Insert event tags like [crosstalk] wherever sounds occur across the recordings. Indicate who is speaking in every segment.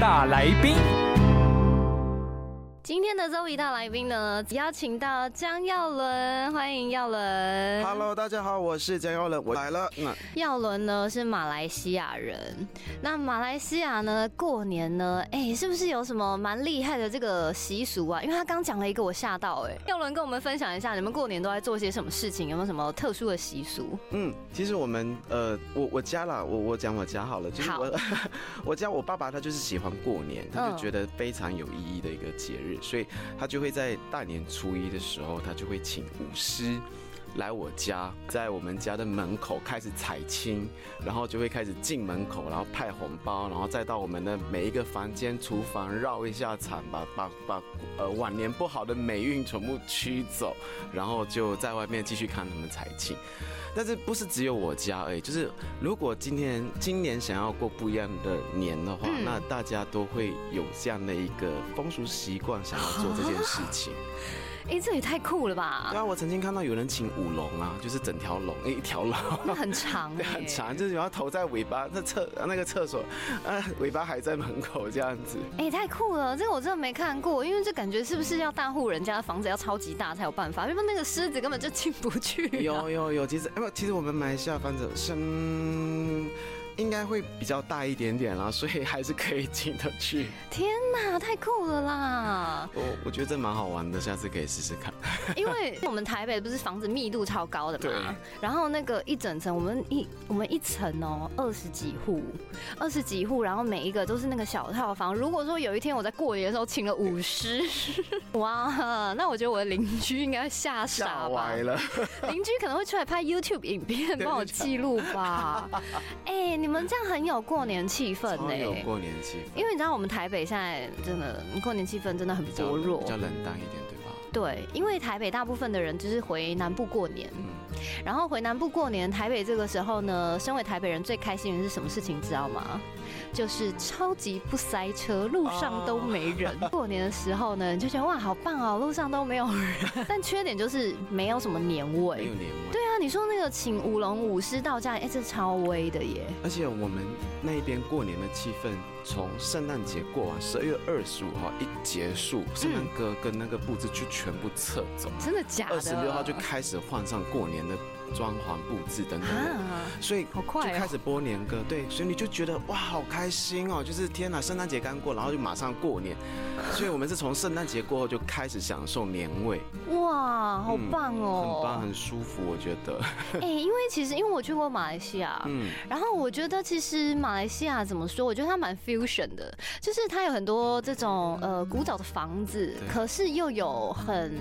Speaker 1: 大来宾，
Speaker 2: 今天的周一大来宾呢，邀请到张耀伦，欢迎耀伦。
Speaker 3: Hello，大家好，我是蒋耀伦，我来了。嗯，
Speaker 2: 耀伦呢是马来西亚人，那马来西亚呢过年呢，哎、是不是有什么蛮厉害的这个习俗啊？因为他刚讲了一个我吓到、哎，耀伦跟我们分享一下，你们过年都在做些什么事情？有没有什么特殊的习俗？
Speaker 3: 嗯，其实我们呃，我我家啦，我我讲我家好了，就是
Speaker 2: 好
Speaker 3: 我 [laughs] 我家我爸爸他就是喜欢过年，他
Speaker 2: 嗯
Speaker 3: 就觉得非常有意义的一个节日，所以他就会在大年初一的时候，他就会请舞狮。来我家，在我们家的门口开始采青，然后就会开始进门口，然后派红包，然后再到我们的每一个房间、厨房绕一下场，把把把呃晚年不好的霉运全部驱走，然后就在外面继续看他们采青。但是不是只有我家而已？就是如果今天今年想要过不一样的年的话，
Speaker 2: 嗯
Speaker 3: 那大家都会有这样的一个风俗习惯，想要做这件事情。
Speaker 2: 哎、这也太酷了吧
Speaker 3: 对！啊，我曾经看到有人请舞龙啊，就是整条龙，一条龙。
Speaker 2: 那很长、
Speaker 3: 对，[laughs]
Speaker 2: 哎
Speaker 3: 很长，就是然后头在尾巴，那厕那个厕所，呃，尾巴还在门口这样子。
Speaker 2: 哎、太酷了！这个我真的没看过，因为这感觉是不是要大户人家的房子要超级大才有办法？要不然那个狮子根本就进不去、啊。
Speaker 3: 有有有，其实哎不，其实我们马来西亚房子是嗯应该会比较大一点点啦，所以还是可以进得去。
Speaker 2: 天哪，太酷了
Speaker 3: [laughs]
Speaker 2: 啦！
Speaker 3: 我我觉得这蛮好玩的，下次可以试试看。
Speaker 2: 因为我们台北不是房子密度超高的
Speaker 3: 对
Speaker 2: 嘛，然后那个一整层，我们一我们一层哦，二十几户，二十几户，然后每一个都是那个小套房。如果说有一天我在过年的时候请了
Speaker 3: [laughs]
Speaker 2: 五十，哇，那我觉得我的邻居应该会吓
Speaker 3: 吓
Speaker 2: 傻吧
Speaker 3: 歪。了，
Speaker 2: 邻居可能会出来拍 YouTube 影片
Speaker 3: 对
Speaker 2: 帮我
Speaker 3: 就这样
Speaker 2: 记录
Speaker 3: [laughs]
Speaker 2: 吧。哎、你们这样很有过年气氛
Speaker 3: 超
Speaker 2: 呢、
Speaker 3: 有过年气氛，
Speaker 2: 因为你知道我们台北现在真的过年气氛真的很
Speaker 3: 比较
Speaker 2: 薄弱
Speaker 3: 比，较冷淡一点，对吧？
Speaker 2: 对，因为台北大部分的人就是回南部过年，
Speaker 3: 嗯，
Speaker 2: 然后回南部过年，台北这个时候呢，身为台北人最开心的是什么事情，知道吗？就是超级不塞车，路上都没人。过年的时候呢，你就觉得哇，好棒哦，路上都没有人。 [laughs] 但缺点就是没有什么年
Speaker 3: 没
Speaker 2: 味
Speaker 3: 有。年味。
Speaker 2: 对啊，你说那个请舞龙舞狮到家里，哎、这超威的耶！
Speaker 3: 而且我们那一边过年的气氛，从圣诞节过完，十二月二十五号一结束，圣诞歌跟那个布置就全部撤走，
Speaker 2: 真的假的？
Speaker 3: 二十六号就开始换上过年的装潢布置等等的。
Speaker 2: 啊，
Speaker 3: 所以
Speaker 2: 好快哦
Speaker 3: 就开始播年歌，对，所以你就觉得哇，好开心哦！就是天哪，圣诞节刚过，然后就马上过
Speaker 2: [laughs]
Speaker 3: 年，所以我们是从圣诞节过后就开始享受年味，
Speaker 2: 哇，好
Speaker 3: 嗯
Speaker 2: 棒哦！
Speaker 3: 很棒，很舒服，我觉得。
Speaker 2: 哎、因为其实因为我去过马来西亚，
Speaker 3: 嗯，
Speaker 2: 然后我觉得其实马来西亚怎么说？我觉得它蛮 fusion 的，就是它有很多这种呃古早的房子，
Speaker 3: 对
Speaker 2: 可是又有很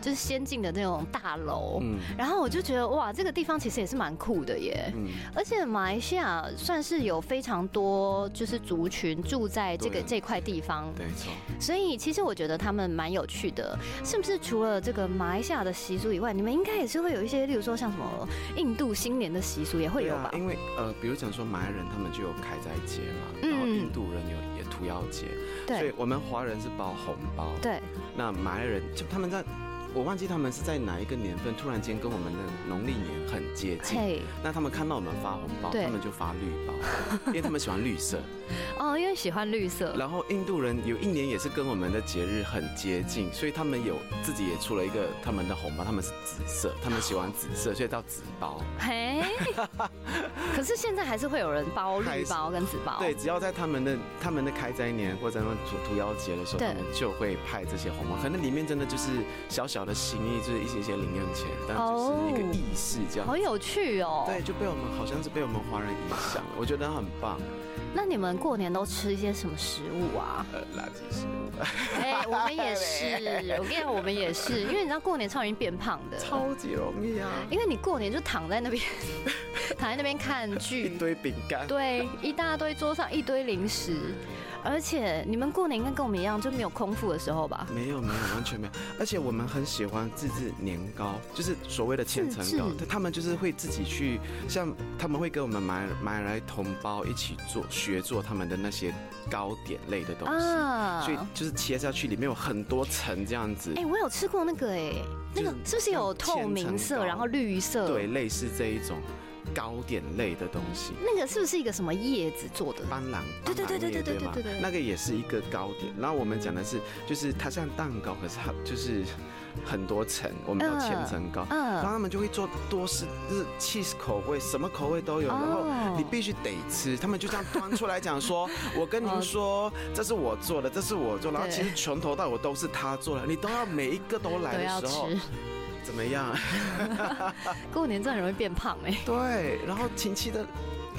Speaker 2: 就是先进的那种大楼。
Speaker 3: 嗯
Speaker 2: 然后我就觉得哇，这个地方其实也是蛮酷的耶。
Speaker 3: 嗯，
Speaker 2: 而且马来西亚算是有非常多就是族群住在这个
Speaker 3: 对
Speaker 2: 这块地方，
Speaker 3: 对，没错。
Speaker 2: 所以其实我觉得他们蛮有趣的，是不是？除了这个马来西亚的习俗以外，你们应该也是会有一些，例如说像什么印度新年的习俗也会
Speaker 3: 对
Speaker 2: 有
Speaker 3: 啊
Speaker 2: 吧？
Speaker 3: 因为呃，比如讲说马来人他们就有开斋节嘛，然后
Speaker 2: 嗯
Speaker 3: 印度人有也屠妖节，所以
Speaker 2: 对
Speaker 3: 我们华人是包红包，
Speaker 2: 对，
Speaker 3: 那马来人就他们在。我忘记他们是在哪一个年份，突然间跟我们的农历年很接近，
Speaker 2: 嘿，
Speaker 3: 那他们看到我们发红包，
Speaker 2: 对
Speaker 3: 他们就发绿
Speaker 2: [laughs]
Speaker 3: 包，因为他们喜欢绿色。
Speaker 2: 哦，因为喜欢绿色，
Speaker 3: 然后印度人有一年也是跟我们的节日很接近，所以他们有自己也出了一个他们的红包，他们是紫色，他们喜欢紫色，所以叫紫包。 [laughs]
Speaker 2: 嘿，可是现在还是会有人包绿包跟紫包，
Speaker 3: 对，只要在他们的他们的开斋年或者他们屠屠妖节的时候，
Speaker 2: 对
Speaker 3: 他们就会派这些红包，可能里面真的就是小小的心意，就是一些一些零用钱，但就是一个
Speaker 2: 哦
Speaker 3: 仪式这样。
Speaker 2: 好有趣哦。
Speaker 3: 对，就被我们好像是被我们华人影响了，我觉得很棒。
Speaker 2: 那你们过年都吃一些什么食
Speaker 3: [laughs]
Speaker 2: 物啊？
Speaker 3: 呃，垃圾食物。 [laughs]
Speaker 2: 哎、我们也是，我跟你讲，我们也是，因为你知道过年超容易变胖的，哎
Speaker 3: 超级容易啊！
Speaker 2: 因为你过年就躺在那边， [laughs] 躺在那边看
Speaker 3: 一 [laughs]
Speaker 2: 剧，
Speaker 3: 堆饼干，
Speaker 2: 对，一大堆桌上一堆零食，而且你们过年应该跟我们一样，就没有空腹的时候吧？
Speaker 3: 没有没有，完全没有。而且我们很喜欢自制年糕，就是所谓的千层糕
Speaker 2: 自。制
Speaker 3: 他们就是会自己去，像他们会给我们买买来同胞一起做学做他们的那些糕点类的东西。
Speaker 2: 啊
Speaker 3: 所以就是切下去，里面有很多层这样子
Speaker 2: 哎、，我有吃过那个哎、那个
Speaker 3: 就是
Speaker 2: 是不是有
Speaker 3: 像千
Speaker 2: 透明
Speaker 3: 层
Speaker 2: 色，
Speaker 3: 糕
Speaker 2: 然后绿色？
Speaker 3: 对，，类似这一种糕点类的东西。
Speaker 2: 那个是不是一个什么叶子做的？
Speaker 3: 斑斓，
Speaker 2: 对对
Speaker 3: 斑斓
Speaker 2: 对对
Speaker 3: 叶
Speaker 2: 对对
Speaker 3: 吗
Speaker 2: 对对对
Speaker 3: 那个也是一个糕点。然后我们讲的是，就是它像蛋糕，可是它就是很多层，我们叫千层糕。然后
Speaker 2: 嗯，
Speaker 3: 他们就会做多式，就是 cheese 口味，什么口味都有。然
Speaker 2: 哦
Speaker 3: 后你必须得吃，他们就这样端出来讲
Speaker 2: [laughs]
Speaker 3: 说：“我跟您说，这是我做的，这是我做。”然后
Speaker 2: 对
Speaker 3: 其实从头到尾都是他做的，你都要每一个都来
Speaker 2: 都要
Speaker 3: 的时候
Speaker 2: 吃，。
Speaker 3: 怎么
Speaker 2: [laughs]
Speaker 3: 样？
Speaker 2: 过年真的很容易变胖哎、
Speaker 3: 对，然后亲戚的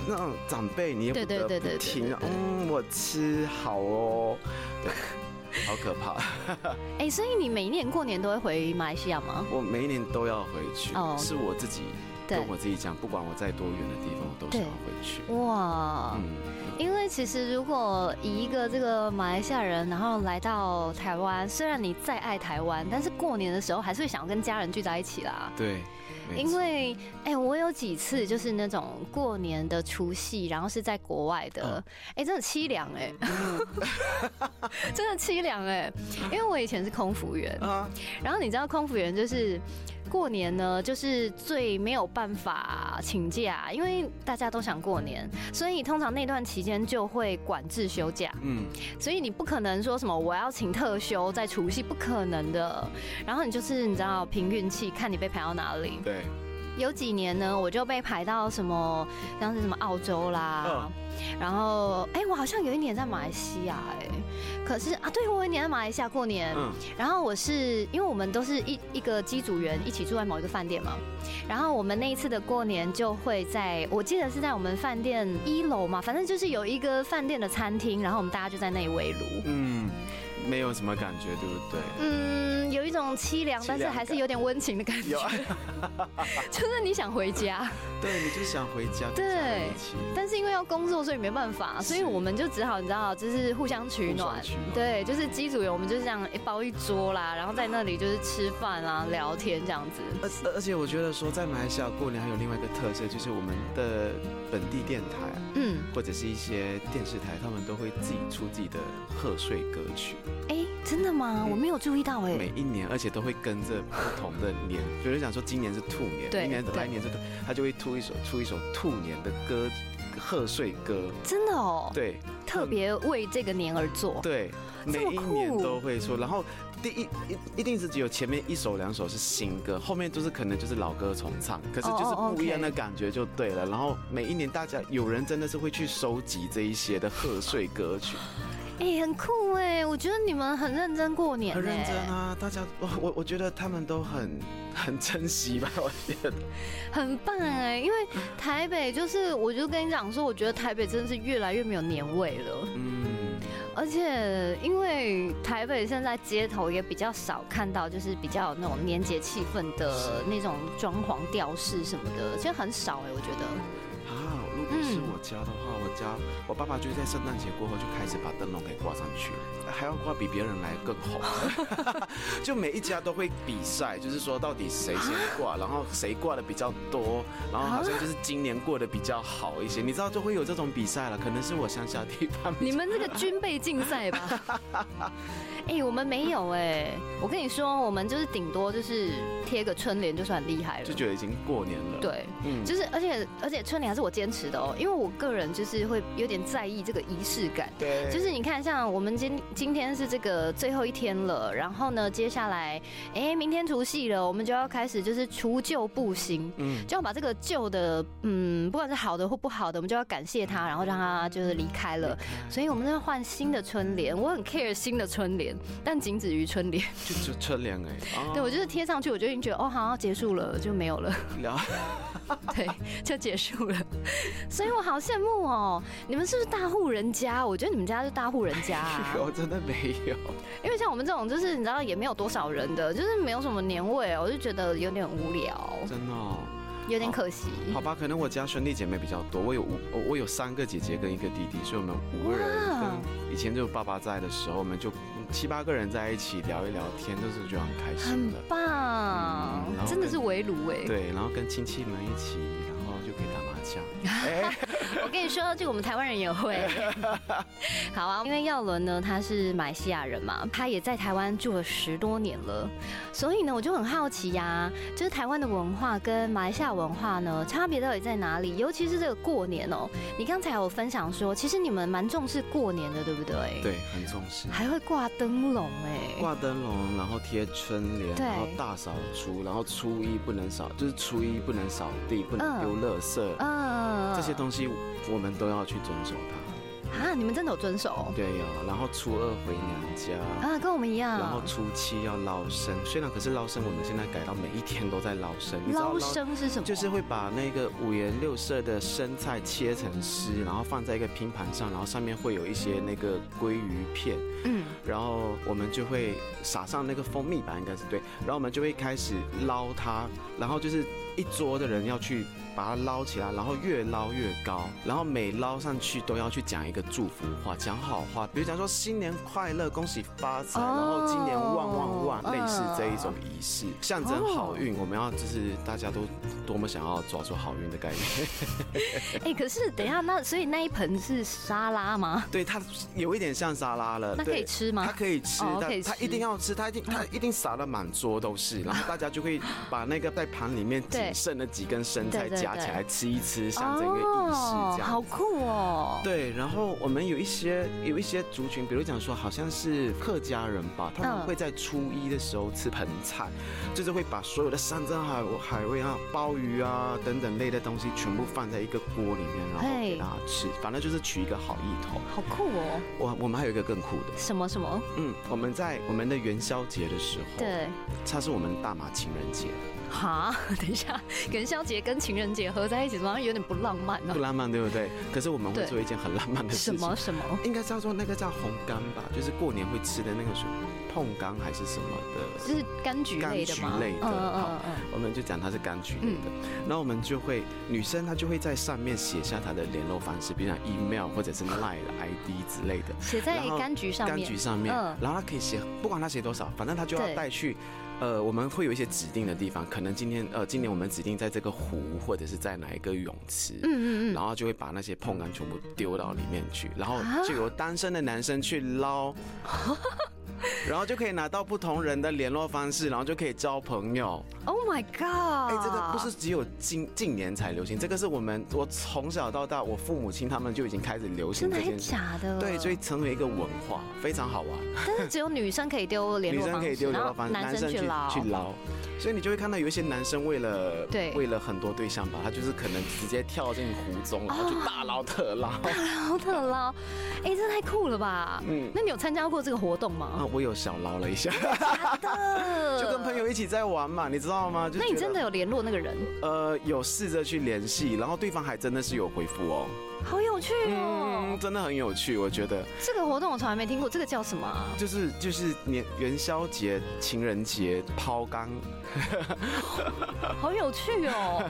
Speaker 3: 那种长辈，你也不
Speaker 2: 对对
Speaker 3: 得
Speaker 2: 对对对
Speaker 3: 不听
Speaker 2: 对
Speaker 3: 啊。嗯，我吃好哦，对， [laughs] 好可怕。
Speaker 2: 哎、所以你每年过年都会回马来西亚吗？
Speaker 3: 我每一年都要回去
Speaker 2: 哦，
Speaker 3: 是我自己
Speaker 2: 对
Speaker 3: 跟我自己讲，不管我在多远的地方，我都
Speaker 2: 对
Speaker 3: 想要回去。
Speaker 2: 哇，
Speaker 3: 嗯，
Speaker 2: 因为其实如果以一个这个马来西亚人，然后来到台湾，虽然你再爱台湾，但是过年的时候还是会想要跟家人聚在一起啦。
Speaker 3: 对，没
Speaker 2: 因
Speaker 3: 错
Speaker 2: 为，哎、我有几次就是那种过年的除夕，然后是在国外的，
Speaker 3: 嗯
Speaker 2: 哎、真的凄凉哎， [laughs] 真的凄凉哎，因为我以前是空服员，
Speaker 3: 啊，
Speaker 2: 然后你知道空服员就是过年呢，就是最没有办法请假，因为大家都想过年，所以通常那段期间就会管制休假，
Speaker 3: 嗯，
Speaker 2: 所以你不可能说什么我要请特休在除夕，不可能的。然后你就是你知道凭运气，看你被排到哪里。
Speaker 3: 对，
Speaker 2: 有几年呢，我就被排到什么像是什么澳洲
Speaker 3: 嗯
Speaker 2: 啦，然后哎、我好像有一年在马来西亚哎、可是啊，对，我有一年在马来西亚过年，
Speaker 3: 嗯，
Speaker 2: 然后我是因为我们都是一一个机组员一起住在某一个饭店嘛，然后我们那一次的过年就会在，我记得是在我们饭店一楼嘛，反正就是有一个饭店的餐厅，然后我们大家就在那里围炉。
Speaker 3: 嗯，没有什么感觉，对不对？
Speaker 2: 嗯，有一种凄凉，
Speaker 3: 凄凉
Speaker 2: 但是还是有点温情的感觉
Speaker 3: 有，
Speaker 2: [laughs] 就是你想回家，
Speaker 3: 对，你就想回家，跟家人一起
Speaker 2: 但是因为要工作，所以没办法，
Speaker 3: 是
Speaker 2: 所以我们就只好你知道，就是互相取
Speaker 3: 互相
Speaker 2: 暖。
Speaker 3: 取暖
Speaker 2: 对，就是机组员，我们就是这样一包一桌啦，然后在那里就是吃饭啊、聊天这样子。
Speaker 3: 而而而且我觉得说，在马来西亚过年还有另外一个特色，就是我们的本地电台
Speaker 2: 嗯，
Speaker 3: 或者是一些电视台，他们都会自己出自己的贺岁歌曲，
Speaker 2: 哎、真的
Speaker 3: 嗯
Speaker 2: 吗？我没有注意到哎、
Speaker 3: 每一年，而且都会跟着不同的年，比如讲说今年是兔年，
Speaker 2: 对
Speaker 3: 明年
Speaker 2: 对
Speaker 3: 来年是兔，他就会出一首出一首兔年的歌，贺岁歌，
Speaker 2: 真的哦，，
Speaker 3: 对
Speaker 2: 特别为这个年而做。
Speaker 3: 对，
Speaker 2: 这
Speaker 3: 每
Speaker 2: 么
Speaker 3: 一年
Speaker 2: 酷
Speaker 3: 都会出，然后。第一一一定是只有前面一首两首是新歌，后面就是可能就是老歌重唱，可是就是
Speaker 2: 哦哦
Speaker 3: 不一样的
Speaker 2: OK
Speaker 3: 感觉就对了。然后每一年大家有人真的是会去收集这一些的贺岁歌曲，
Speaker 2: 哎、很酷哎、我觉得你们很认真过年、哎，
Speaker 3: 很认真啊，大家我我我觉得他们都很很珍惜吧，我觉得。
Speaker 2: 很棒哎、因为
Speaker 3: 嗯
Speaker 2: 台北就是，我就跟你讲说，我觉得台北真的是越来越没有年味了，
Speaker 3: 嗯，
Speaker 2: 而且因为台北现在街头也比较少看到，就是比较有那种年节气氛的那种装潢吊饰什么的，其实很少哎、我觉得。
Speaker 3: 啊，如果是我家的话，我家我爸爸就在圣诞节过后就开始把灯笼给挂上去，还要挂比别人来更
Speaker 2: [laughs]
Speaker 3: 红，就每一家都会比赛，就是说到底谁先挂，然后谁挂的比较多，然后好像就是今年过得比较好一些，你知道就会有这种比赛了，可能是我乡下地方。
Speaker 2: 你们这个军备竞赛吧？ [laughs] 哎、我们没有哎、我跟你说，我们就是顶多就是贴个春联，就算很厉害
Speaker 3: [laughs]
Speaker 2: 了。
Speaker 3: 就觉得已经过年了，，
Speaker 2: 对，
Speaker 3: 嗯
Speaker 2: 就是，而且而且春联还是我坚持的哦，因为我个人就是会有点在意这个仪式感。
Speaker 3: 对
Speaker 2: 就是你看，像我们今今天是这个最后一天了，然后呢，接下来，哎，明天除夕了，我们就要开始就是除旧布新，
Speaker 3: 嗯，
Speaker 2: 就要把这个旧的，嗯，不管是好的或不好的，我们就要感谢它，然后让它就是离开了。所以我们要换新的春联，我很 care 新的春联，但仅止于春联。
Speaker 3: 就就春联哎，啊
Speaker 2: 对我就是贴上去，我就已经觉得哦，好，要结束了，就没有了。
Speaker 3: 哦了，
Speaker 2: 对，就结束了。所以我好羡慕哦，你们是不是大户人家？我觉得你们家是大户人家、啊
Speaker 3: [laughs] 我真的没有，
Speaker 2: 因为像我们这种，就是你知道也没有多少人的，就是没有什么年味哦，我就觉得有点无聊。
Speaker 3: 真的哦、
Speaker 2: 有点可惜。
Speaker 3: 好吧，可能我家兄弟姐妹比较多，我有五，我我有三个姐姐跟一个弟弟，所以我们五个人
Speaker 2: 哇
Speaker 3: 跟以前就爸爸在的时候，我们就嗯七八个人在一起聊一聊天，都是觉得很开
Speaker 2: 很
Speaker 3: 心的。
Speaker 2: 棒
Speaker 3: 嗯然，后
Speaker 2: 真的是围炉哎！
Speaker 3: 对，然后跟亲戚们一起，然后就可以打麻将。
Speaker 2: 我跟你说，这个我们台湾人也会。 [laughs] 好啊，因为耀伦呢，他是马来西亚人嘛，他也在台湾住了十多年了，所以呢，我就很好奇呀、就是台湾的文化跟马来西亚文化呢，差别到底在哪里？尤其是这个过年哦、你刚才有分享说，其实你们蛮重视过年的，对不对？，
Speaker 3: 对，很重视。
Speaker 2: 还会挂灯笼哎、
Speaker 3: 挂灯笼，然后贴春联，
Speaker 2: 对
Speaker 3: 然后大扫除，然后初一不能扫，就是初一不能扫地，不
Speaker 2: 嗯
Speaker 3: 能丢垃圾，
Speaker 2: 嗯，
Speaker 3: 这些东西我们都要去遵守它。
Speaker 2: 啊，你们真的有遵守
Speaker 3: 对呀、然后初二回娘家。
Speaker 2: 啊，跟我们一样。
Speaker 3: 然后初七要捞生，虽然可是捞生我们现在改到每一天都在捞生，你知道
Speaker 2: 捞生是什么？
Speaker 3: 就是会把那个五颜六色的生菜切成丝，然后放在一个拼盘上，然后上面会有一些那个鲑鱼片，
Speaker 2: 嗯，
Speaker 3: 然后我们就会撒上那个蜂蜜吧，应该是对，然后我们就会开始捞它，然后就是一桌的人要去把它捞起来，然后越捞越高，然后每捞上去都要去讲一个祝福话，讲好话，比如讲说新年快乐，恭喜发财，
Speaker 2: 哦
Speaker 3: 然后今年万万
Speaker 2: 嗯
Speaker 3: 万，类似这一种仪式，象征好
Speaker 2: 哦
Speaker 3: 运，我们要就是大家都多么想要抓住好运的概
Speaker 2: [laughs]
Speaker 3: 念，
Speaker 2: 哎、可是等一下，那所以那一盆是沙拉吗？
Speaker 3: 对，它有一点像沙拉了，
Speaker 2: 那可以
Speaker 3: 呃对
Speaker 2: 吃吗
Speaker 3: 他？可以吃
Speaker 2: 哦，
Speaker 3: 但
Speaker 2: 可以
Speaker 3: 他
Speaker 2: 吃
Speaker 3: 一定要吃，他一定他一定撒的满桌都是，然
Speaker 2: [laughs]
Speaker 3: 后大家就会把那个在盘里面
Speaker 2: 对
Speaker 3: 仅剩的几根生
Speaker 2: 对
Speaker 3: 菜
Speaker 2: 对对哦
Speaker 3: 夹起来吃一吃，象征一个仪式这
Speaker 2: 好
Speaker 3: 样子。
Speaker 2: 酷哦！
Speaker 3: 对，然后我们有一些有一些族群，比如讲说好像是客家人吧，他
Speaker 2: 嗯
Speaker 3: 们会在初一的时候吃盆菜，就是会把所有的山珍海海味啊、鲍鱼啊等等类的东西全部放在一个锅里面，然后
Speaker 2: 嘿
Speaker 3: 给大家吃，反正就是取一个好意头。
Speaker 2: 好酷哦！
Speaker 3: 我我们还有一个更酷的。
Speaker 2: 什么什么？
Speaker 3: 嗯，我们在我们的元宵节的时候，，
Speaker 2: 对，
Speaker 3: 它是我们大马情人节，
Speaker 2: 哈， [laughs] 等一下，元宵节跟情人节合在一起，好像有点不浪漫
Speaker 3: 不
Speaker 2: 啊。
Speaker 3: 浪漫对不对？可是我们会
Speaker 2: 对
Speaker 3: 做一件很浪漫的 [laughs] 事
Speaker 2: 什
Speaker 3: 情，
Speaker 2: 么什么？
Speaker 3: 应该叫做那个叫红柑吧，就是过年会吃的那个什么碰柑还是什么的，
Speaker 2: 就是柑橘类的吗？
Speaker 3: 柑橘类的好
Speaker 2: 嗯
Speaker 3: 我们就讲它是柑橘类的。那、我们就会女生她就会在上面写下她的联络方式，比如讲 email 或者是 line 的 ID 之类的。
Speaker 2: 写在
Speaker 3: 然后
Speaker 2: 柑橘上
Speaker 3: 柑
Speaker 2: 面
Speaker 3: 橘。上面，
Speaker 2: 嗯
Speaker 3: 然后他可以写，不管他写多少，反正他就
Speaker 2: 对
Speaker 3: 要带去。呃，我们会有一些指定的地方，可能今天呃，今年我们指定在这个湖，或者是在哪一个泳池，
Speaker 2: 嗯嗯嗯，
Speaker 3: 然后就会把那些碰杆全部丢到里面去，然后
Speaker 2: 啊
Speaker 3: 就由单身的男生去
Speaker 2: [laughs]
Speaker 3: 捞，然后就可以拿到不同人的联络方式，然后就可以交朋友。
Speaker 2: Oh my
Speaker 3: 哎、
Speaker 2: god！
Speaker 3: 这个不是只有近近年才流行，这个是我们我从小到大，我父母亲他们就已经开始流行
Speaker 2: 真的
Speaker 3: 这
Speaker 2: 还
Speaker 3: 件事。
Speaker 2: 假的？
Speaker 3: 对，所以成为一个文化，非常好玩。
Speaker 2: 但是只有女生可以丢联
Speaker 3: 女
Speaker 2: 络
Speaker 3: 生
Speaker 2: 方
Speaker 3: 可以
Speaker 2: 式，
Speaker 3: 丢流
Speaker 2: 然后
Speaker 3: 浪方，
Speaker 2: 男生
Speaker 3: 去
Speaker 2: 去捞。
Speaker 3: 去捞，所以你就会看到有一些男生为了
Speaker 2: 对
Speaker 3: 为了很多对象吧，他就是可能直接跳进湖中，然后就大捞特捞。
Speaker 2: 好特捞，哎，这太酷了吧！
Speaker 3: 嗯
Speaker 2: 那你有参加过这个活动吗
Speaker 3: 啊？，我有小捞了
Speaker 2: [laughs]
Speaker 3: 一下，
Speaker 2: 的
Speaker 3: 就跟朋友一起在玩嘛，你知道吗？就
Speaker 2: 呃那你
Speaker 3: 觉
Speaker 2: 真的有联络那个人？
Speaker 3: 呃有试着去联系，然后对方还真的是有回复哦，
Speaker 2: 好有趣哦
Speaker 3: 嗯，！真的很有趣，我觉得
Speaker 2: 这个活动我从来没听过，这个叫什么啊？
Speaker 3: 就是就是年元宵节、情人节抛竿，
Speaker 2: 好有趣
Speaker 3: [laughs]
Speaker 2: 哦！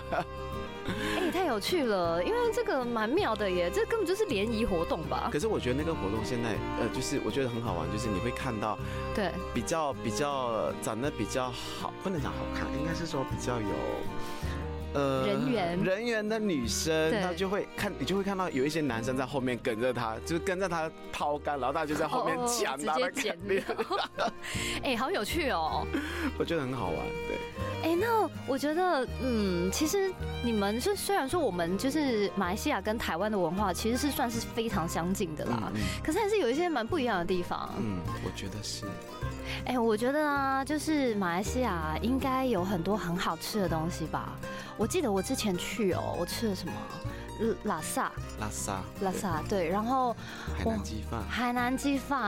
Speaker 2: 哎，太有趣了，因为这个蛮妙的耶，这根本就是联谊活动吧？
Speaker 3: 可是我觉得那个活动现在呃就是我觉得很好玩，就是你会看到。
Speaker 2: 对，
Speaker 3: 比较比较长得比较好，不能讲好看，应该是说比较有。呃
Speaker 2: 人缘
Speaker 3: 人缘的女生
Speaker 2: 对，
Speaker 3: 她就会看，你就会看到有一些男生在后面跟着她，就是跟着她抛竿，然后她就在后面
Speaker 2: 哦
Speaker 3: 抢
Speaker 2: 直
Speaker 3: 她
Speaker 2: 接
Speaker 3: 的
Speaker 2: 剪
Speaker 3: 感觉，
Speaker 2: [laughs] 哎，好有趣哦！
Speaker 3: [laughs] 我觉得很好玩。对，
Speaker 2: 哎，那我觉得，嗯，其实你们是虽然说我们就是马来西亚跟台湾的文化其实是算是非常相近的啦，
Speaker 3: 嗯
Speaker 2: 可是还是有一些蛮不一样的地方。
Speaker 3: 嗯，我觉得是，
Speaker 2: 哎、我觉得啊，就是马来西亚应该有很多很好吃的东西吧。我记得我之前去哦，我吃了什么？呃拉萨，
Speaker 3: 拉萨，
Speaker 2: 拉萨对，然后
Speaker 3: 海南鸡饭，
Speaker 2: 海南鸡饭，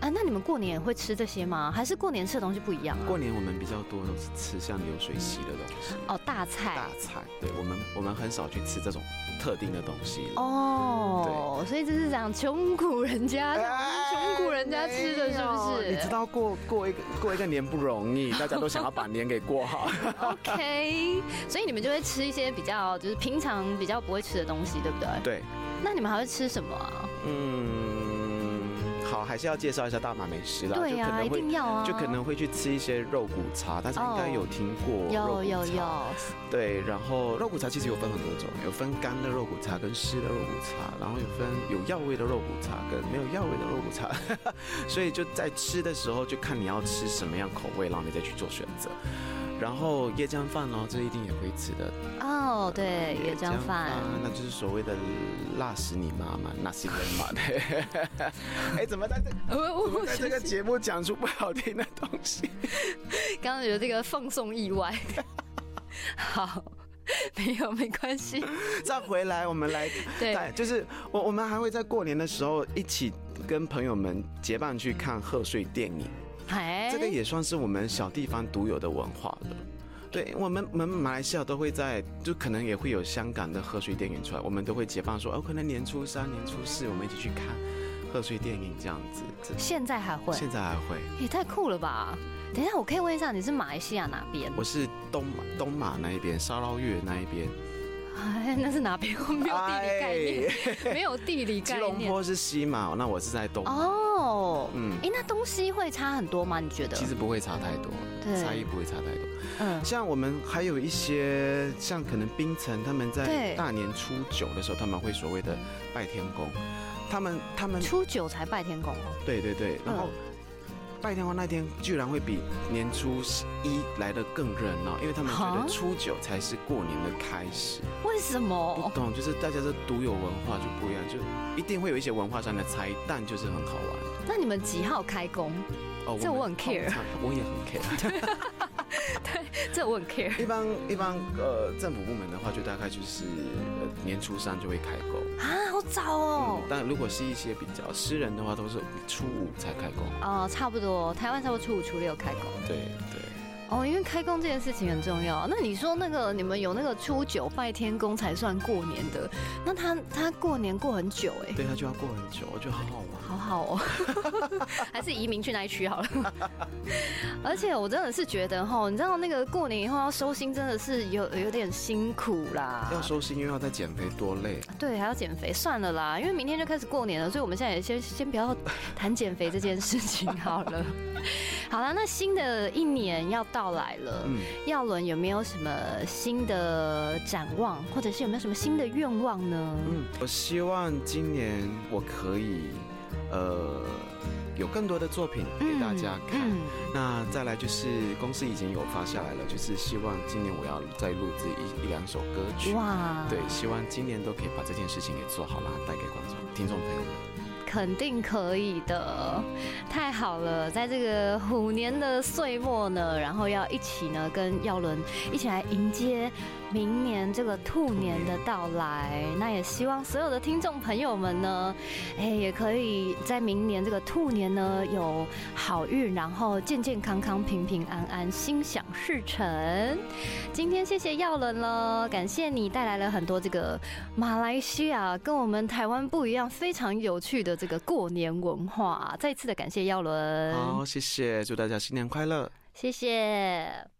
Speaker 2: 啊，那你们过年也会吃这些吗？还是过年吃的东西不一样啊？
Speaker 3: 过年我们比较多都是吃像流水席的东西，
Speaker 2: 哦，大菜
Speaker 3: 大菜。对我们我们很少去吃这种特定的东西了。
Speaker 2: 哦，所以这是讲穷苦人
Speaker 3: 哎
Speaker 2: 家，穷苦人家吃的是不
Speaker 3: 没有你知
Speaker 2: 是
Speaker 3: 道过过一个过一个年不容易，大家都想要把年给过 [laughs] 好。
Speaker 2: ？OK，所以你们就会吃一些比较就是平常比较不会吃的东西，对不对？
Speaker 3: 对，
Speaker 2: 那你们还会吃什么啊？
Speaker 3: 嗯，好，还是要介绍一下大马美食啦，
Speaker 2: 对
Speaker 3: 就可
Speaker 2: 呀，
Speaker 3: 能
Speaker 2: 一
Speaker 3: 会
Speaker 2: 定要啊，
Speaker 3: 就可能会去吃一些肉骨茶，大家应该有听过肉骨
Speaker 2: 有
Speaker 3: 茶。
Speaker 2: 有有，
Speaker 3: 对，然后肉骨茶其实有分很多种，有分干的肉骨茶跟湿的肉骨茶，然后有分有药味的肉骨茶跟没有药味的肉骨茶， [laughs] 所以就在吃的时候就看你要吃什么样口味，然后你再去做选择。然后椰浆饭哦，这一定也会吃的。
Speaker 2: 哦，对，
Speaker 3: 椰
Speaker 2: 椰浆饭，
Speaker 3: 那就是所谓的辣死你妈妈，那是人嘛。 [laughs] 哎，怎么在这？
Speaker 2: 我
Speaker 3: 怎么 [laughs] 在这个节目讲出不好听的东西？
Speaker 2: 刚刚有这个放送意外， [laughs] 好，没有没关系，
Speaker 3: 再回来，我们
Speaker 2: [laughs]
Speaker 3: 来
Speaker 2: 对，
Speaker 3: 对，就是我我们还会在过年的时候一起跟朋友们结伴去看贺岁电影，
Speaker 2: 哎
Speaker 3: 这个也算是我们小地方独有的文化了。对我们，我们马来西亚都会在，就可能也会有香港的贺岁电影出来，我们都会结伴说，哦，可能年初三、年初四，我们一起去看贺岁电影这样子。这
Speaker 2: 现在还会，
Speaker 3: 现在还会，
Speaker 2: 也太酷了吧！等一下，我可以问一下你是马来西亚哪边？
Speaker 3: 我是东马东马那一边，沙捞越那一边，哎
Speaker 2: 哎，那是哪边？我没有地理概念，没有地理
Speaker 3: 吉
Speaker 2: 概
Speaker 3: 隆
Speaker 2: 念。
Speaker 3: 坡是西马，那我是在东马。
Speaker 2: 哦，
Speaker 3: 嗯
Speaker 2: 哎，那东西会差很多吗？你觉得？
Speaker 3: 其实不会差太多，
Speaker 2: 对
Speaker 3: 差异不会差太多。
Speaker 2: 嗯，
Speaker 3: 像我们还有一些像可能槟城，他们
Speaker 2: 对
Speaker 3: 在大年初九的时候，他们会所谓的拜天公，他们他们
Speaker 2: 初九才拜天公哦。
Speaker 3: 对对对，然后拜天公那天居然会比年初一来的更热闹，因为他们觉
Speaker 2: 哈
Speaker 3: 得初九才是过年的开始，
Speaker 2: 为什
Speaker 3: 不
Speaker 2: 么？哦
Speaker 3: 懂就是大家的独有文化就不一样，就一定会有一些文化上的差异，但就是很好玩。
Speaker 2: 那你们几号开工？ [laughs]
Speaker 3: 哦
Speaker 2: 这
Speaker 3: 们
Speaker 2: 我很 care
Speaker 3: 通常我也很 care。
Speaker 2: 这我很 care
Speaker 3: 一般一般呃政府部门的话，就大概就是呃年初三就会开工。
Speaker 2: 啊，好早
Speaker 3: 嗯
Speaker 2: 哦，。
Speaker 3: 但如果是一些比较私人的话，都是初五才开工。
Speaker 2: 哦，差不多，台湾差不多初五、初六开工。
Speaker 3: 对对，
Speaker 2: 哦，因为开工这件事情很重要。那你说那个你们有那个初九拜天公才算过年的，那他他过年过很久哎、
Speaker 3: 对他就要过很久，我觉得好好玩。
Speaker 2: 好好
Speaker 3: [laughs]
Speaker 2: 哦，还是移民去那一区好了。 [laughs] 而且我真的是觉得哈，你知道那个过年以后要收心，真的是有有点辛苦啦。
Speaker 3: 要收心又要再减肥，多累！
Speaker 2: 对，还要减肥，算了啦，因为明天就开始过年了，所以我们现在也先先不要谈减肥这件事情好
Speaker 3: [laughs]
Speaker 2: 了。好啦，那新的一年要到来了，
Speaker 3: 嗯，
Speaker 2: 耀伦有没有什么新的展望，或者是有没有什么新的愿望呢？
Speaker 3: 嗯，我希望今年我可以，呃，有更多的作品给大家
Speaker 2: 嗯
Speaker 3: 看。那再来就是公司已经有发下来了，就是希望今年我要再录制一一两首歌曲。
Speaker 2: 嗯哇，
Speaker 3: 对，希望今年都可以把这件事情给做好啦，带给观众、听众朋友们。
Speaker 2: 肯定可以的，太好了！在这个虎年的岁末呢，然后要一起呢跟耀伦一起来迎接明年这个兔年的到来。那也希望所有的听众朋友们呢，哎，也可以在明年这个兔年呢有好运，然后健健康康、平平安安、心想事成。今天谢谢耀伦了，感谢你带来了很多这个马来西亚跟我们台湾不一样，非常有趣的这个过年文化。再次的感谢耀伦，
Speaker 3: 好，谢谢，祝大家新年快乐。
Speaker 2: 谢谢。